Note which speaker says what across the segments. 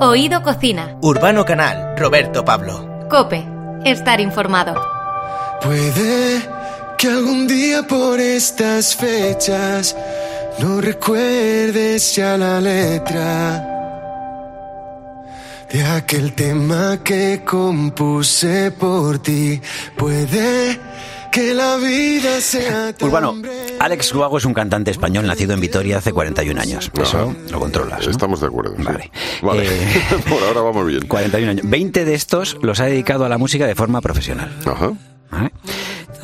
Speaker 1: Oído Cocina.
Speaker 2: Urbano Canal, Roberto Pablo.
Speaker 1: Cope. Estar informado.
Speaker 3: Puede que algún día por estas fechas no recuerdes ya la letra de aquel tema que compuse por ti. Puede que la vida sea tan
Speaker 4: Urbano,
Speaker 3: breve.
Speaker 4: Pues Alex Guago es un cantante español nacido en Vitoria hace 41 años. Eso
Speaker 5: Ajá.
Speaker 4: lo controlas. ¿no?
Speaker 5: Estamos de acuerdo. sí.
Speaker 4: Vale.
Speaker 5: Vale.
Speaker 4: Eh,
Speaker 5: Por ahora vamos bien.
Speaker 4: 41 años. 20 de estos los ha dedicado a la música de forma profesional.
Speaker 5: Ajá.
Speaker 4: ¿vale?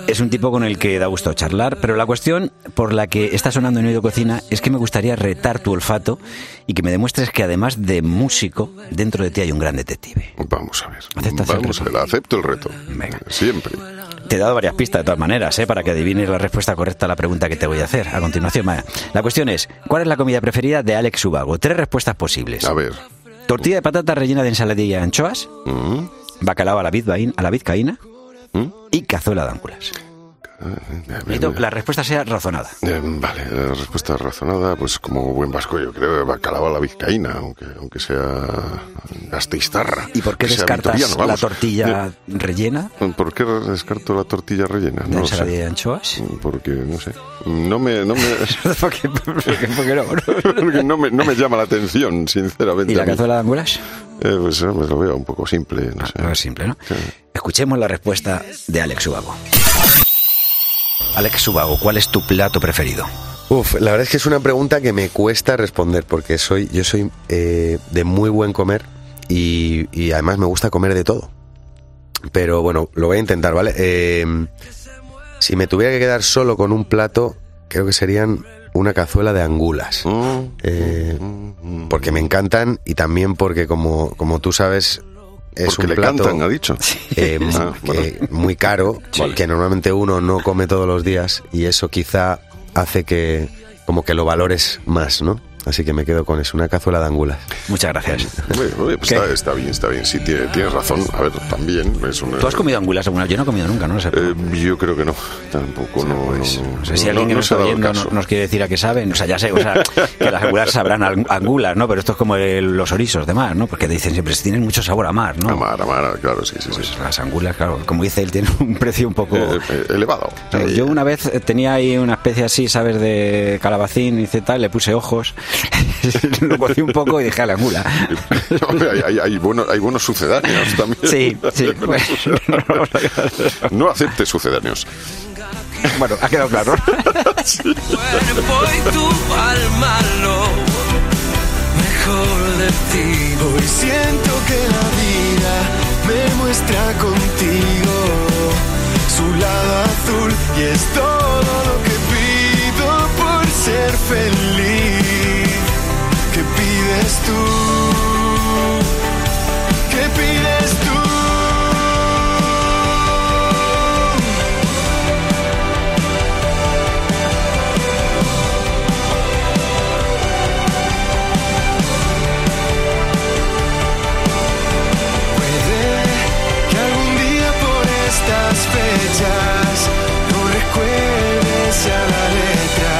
Speaker 4: Es un tipo con el que da gusto charlar, pero la cuestión por la que está sonando en Oído Cocina es que me gustaría retar tu olfato y que me demuestres que además de músico, dentro de ti hay un gran detective.
Speaker 5: Vamos a ver.
Speaker 4: ¿Aceptas el
Speaker 5: Vamos a
Speaker 4: reto?
Speaker 5: ver, Acepto el reto.
Speaker 4: Venga.
Speaker 5: Siempre.
Speaker 4: Te he dado varias pistas de todas maneras, ¿eh? para que adivines la respuesta correcta a la pregunta que te voy a hacer. A continuación, Maya. La cuestión es, ¿cuál es la comida preferida de Alex Ubago? Tres respuestas posibles.
Speaker 5: A ver.
Speaker 4: Tortilla de patata rellena de ensaladilla y anchoas,
Speaker 5: Mm,
Speaker 4: bacalao a la, vizcaín- a la vizcaína
Speaker 5: mm.
Speaker 4: y cazuela de ángulas.
Speaker 5: Eh, bien,
Speaker 4: Necesito
Speaker 5: bien.
Speaker 4: que la respuesta sea razonada.
Speaker 5: Eh, vale, la respuesta razonada, pues como buen vasco, yo creo, bacalao a la vizcaína, aunque, aunque sea gasteiztarra.
Speaker 4: ¿Y por qué
Speaker 5: que sea
Speaker 4: descartas
Speaker 5: vitoriano,
Speaker 4: la
Speaker 5: vamos.
Speaker 4: tortilla rellena
Speaker 5: Eh, ¿Por qué descarto la tortilla rellena?
Speaker 4: de
Speaker 5: No lo
Speaker 4: ensaladilla
Speaker 5: sé. Mm,
Speaker 4: y anchoas?
Speaker 5: Porque, no sé. No me, no me,
Speaker 4: ¿Por qué- por qué- por qué no?
Speaker 5: porque no me, no me llama la atención, sinceramente.
Speaker 4: ¿Y
Speaker 5: a
Speaker 4: la
Speaker 5: mí.
Speaker 4: cazuela de ángulas?
Speaker 5: Eh, pues eh, me lo veo un poco simple, no sé.
Speaker 4: No es simple, ¿no?
Speaker 5: Sí.
Speaker 4: Escuchemos la respuesta de Alex Ubago. Alex Ubago, ¿cuál es tu plato preferido?
Speaker 6: Uf, la verdad es que es una pregunta que me cuesta responder porque soy, yo soy eh, de muy buen comer y, y además me gusta comer de todo. Pero bueno, lo voy a intentar, ¿vale? Eh, si me tuviera que quedar solo con un plato, creo que serían una cazuela de angulas.
Speaker 4: ah.
Speaker 5: Mm,
Speaker 6: Eh,
Speaker 5: mm, mm.
Speaker 6: Porque me encantan y también porque, como, como tú sabes, es
Speaker 5: Porque
Speaker 6: un
Speaker 5: le
Speaker 6: plato
Speaker 5: cantan, ha dicho.
Speaker 6: eh, mu-
Speaker 5: Ah, bueno.
Speaker 6: que- muy caro,
Speaker 4: Sí.
Speaker 6: que normalmente uno no come todos los días y eso quizá hace que como que lo valores más, ¿no? Así que me quedo con eso, una cazuela de angulas.
Speaker 4: Muchas gracias.
Speaker 5: Oye, oye, pues
Speaker 4: ¿Qué?
Speaker 5: está, está bien, está bien. Sí, tiene- tienes razón. A ver, también es una...
Speaker 4: ¿Tú has comido angulas alguna vez? Yo no he comido nunca, ¿no? lo sé.
Speaker 5: Eh, yo creo que no, tampoco no,
Speaker 4: Pues,
Speaker 5: no,
Speaker 4: no sé si
Speaker 5: no,
Speaker 4: alguien que
Speaker 5: no
Speaker 4: nos
Speaker 5: se ha
Speaker 4: está
Speaker 5: dado el
Speaker 4: oyendo no-
Speaker 5: caso.
Speaker 4: nos quiere decir a qué saben. O sea, ya sé, o sea, que las angulas sabrán al- angulas, ¿no? Pero esto es como el- los orisos de mar, ¿no? Porque dicen siempre, tienen mucho sabor a mar, ¿no?
Speaker 5: Amar, amar, claro, sí, sí, sí.
Speaker 4: Pues las angulas, claro, como dice él, tienen un precio un poco...
Speaker 5: Eh, eh, elevado.
Speaker 4: Eh, Pues, oh. Yo una vez tenía ahí una especie así, ¿sabes? De calabacín y tal, le puse ojos, lo cocí un poco y dije a la angula.
Speaker 5: Hombre, hay, hay, hay buenos, hay buenos sucedáneos también.
Speaker 4: Sí, sí. Bueno,
Speaker 5: No acepte sucedáneos.
Speaker 4: bueno, ha quedado claro.
Speaker 7: Bueno, voy tú al malo, mejor de ti.
Speaker 3: Hoy siento que la vida me muestra contigo su lado azul y es todo lo que pido por ser feliz. ¿Qué pides tú? ¿Qué pides tú? Puede que algún día por estas fechas no recuerdes a la letra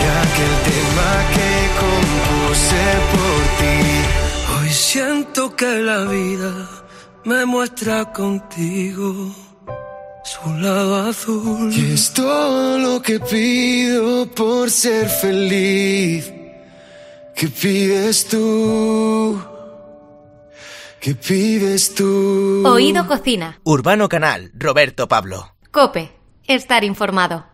Speaker 3: de aquel tema que compuse por ti.
Speaker 7: Hoy siento que la vida me muestra contigo su lado azul.
Speaker 3: Y es todo lo que pido por ser feliz. ¿Qué pides tú? ¿Qué pides tú?
Speaker 1: Oído Cocina.
Speaker 2: Urbano Canal, Roberto Pablo.
Speaker 1: Cope. Estar informado.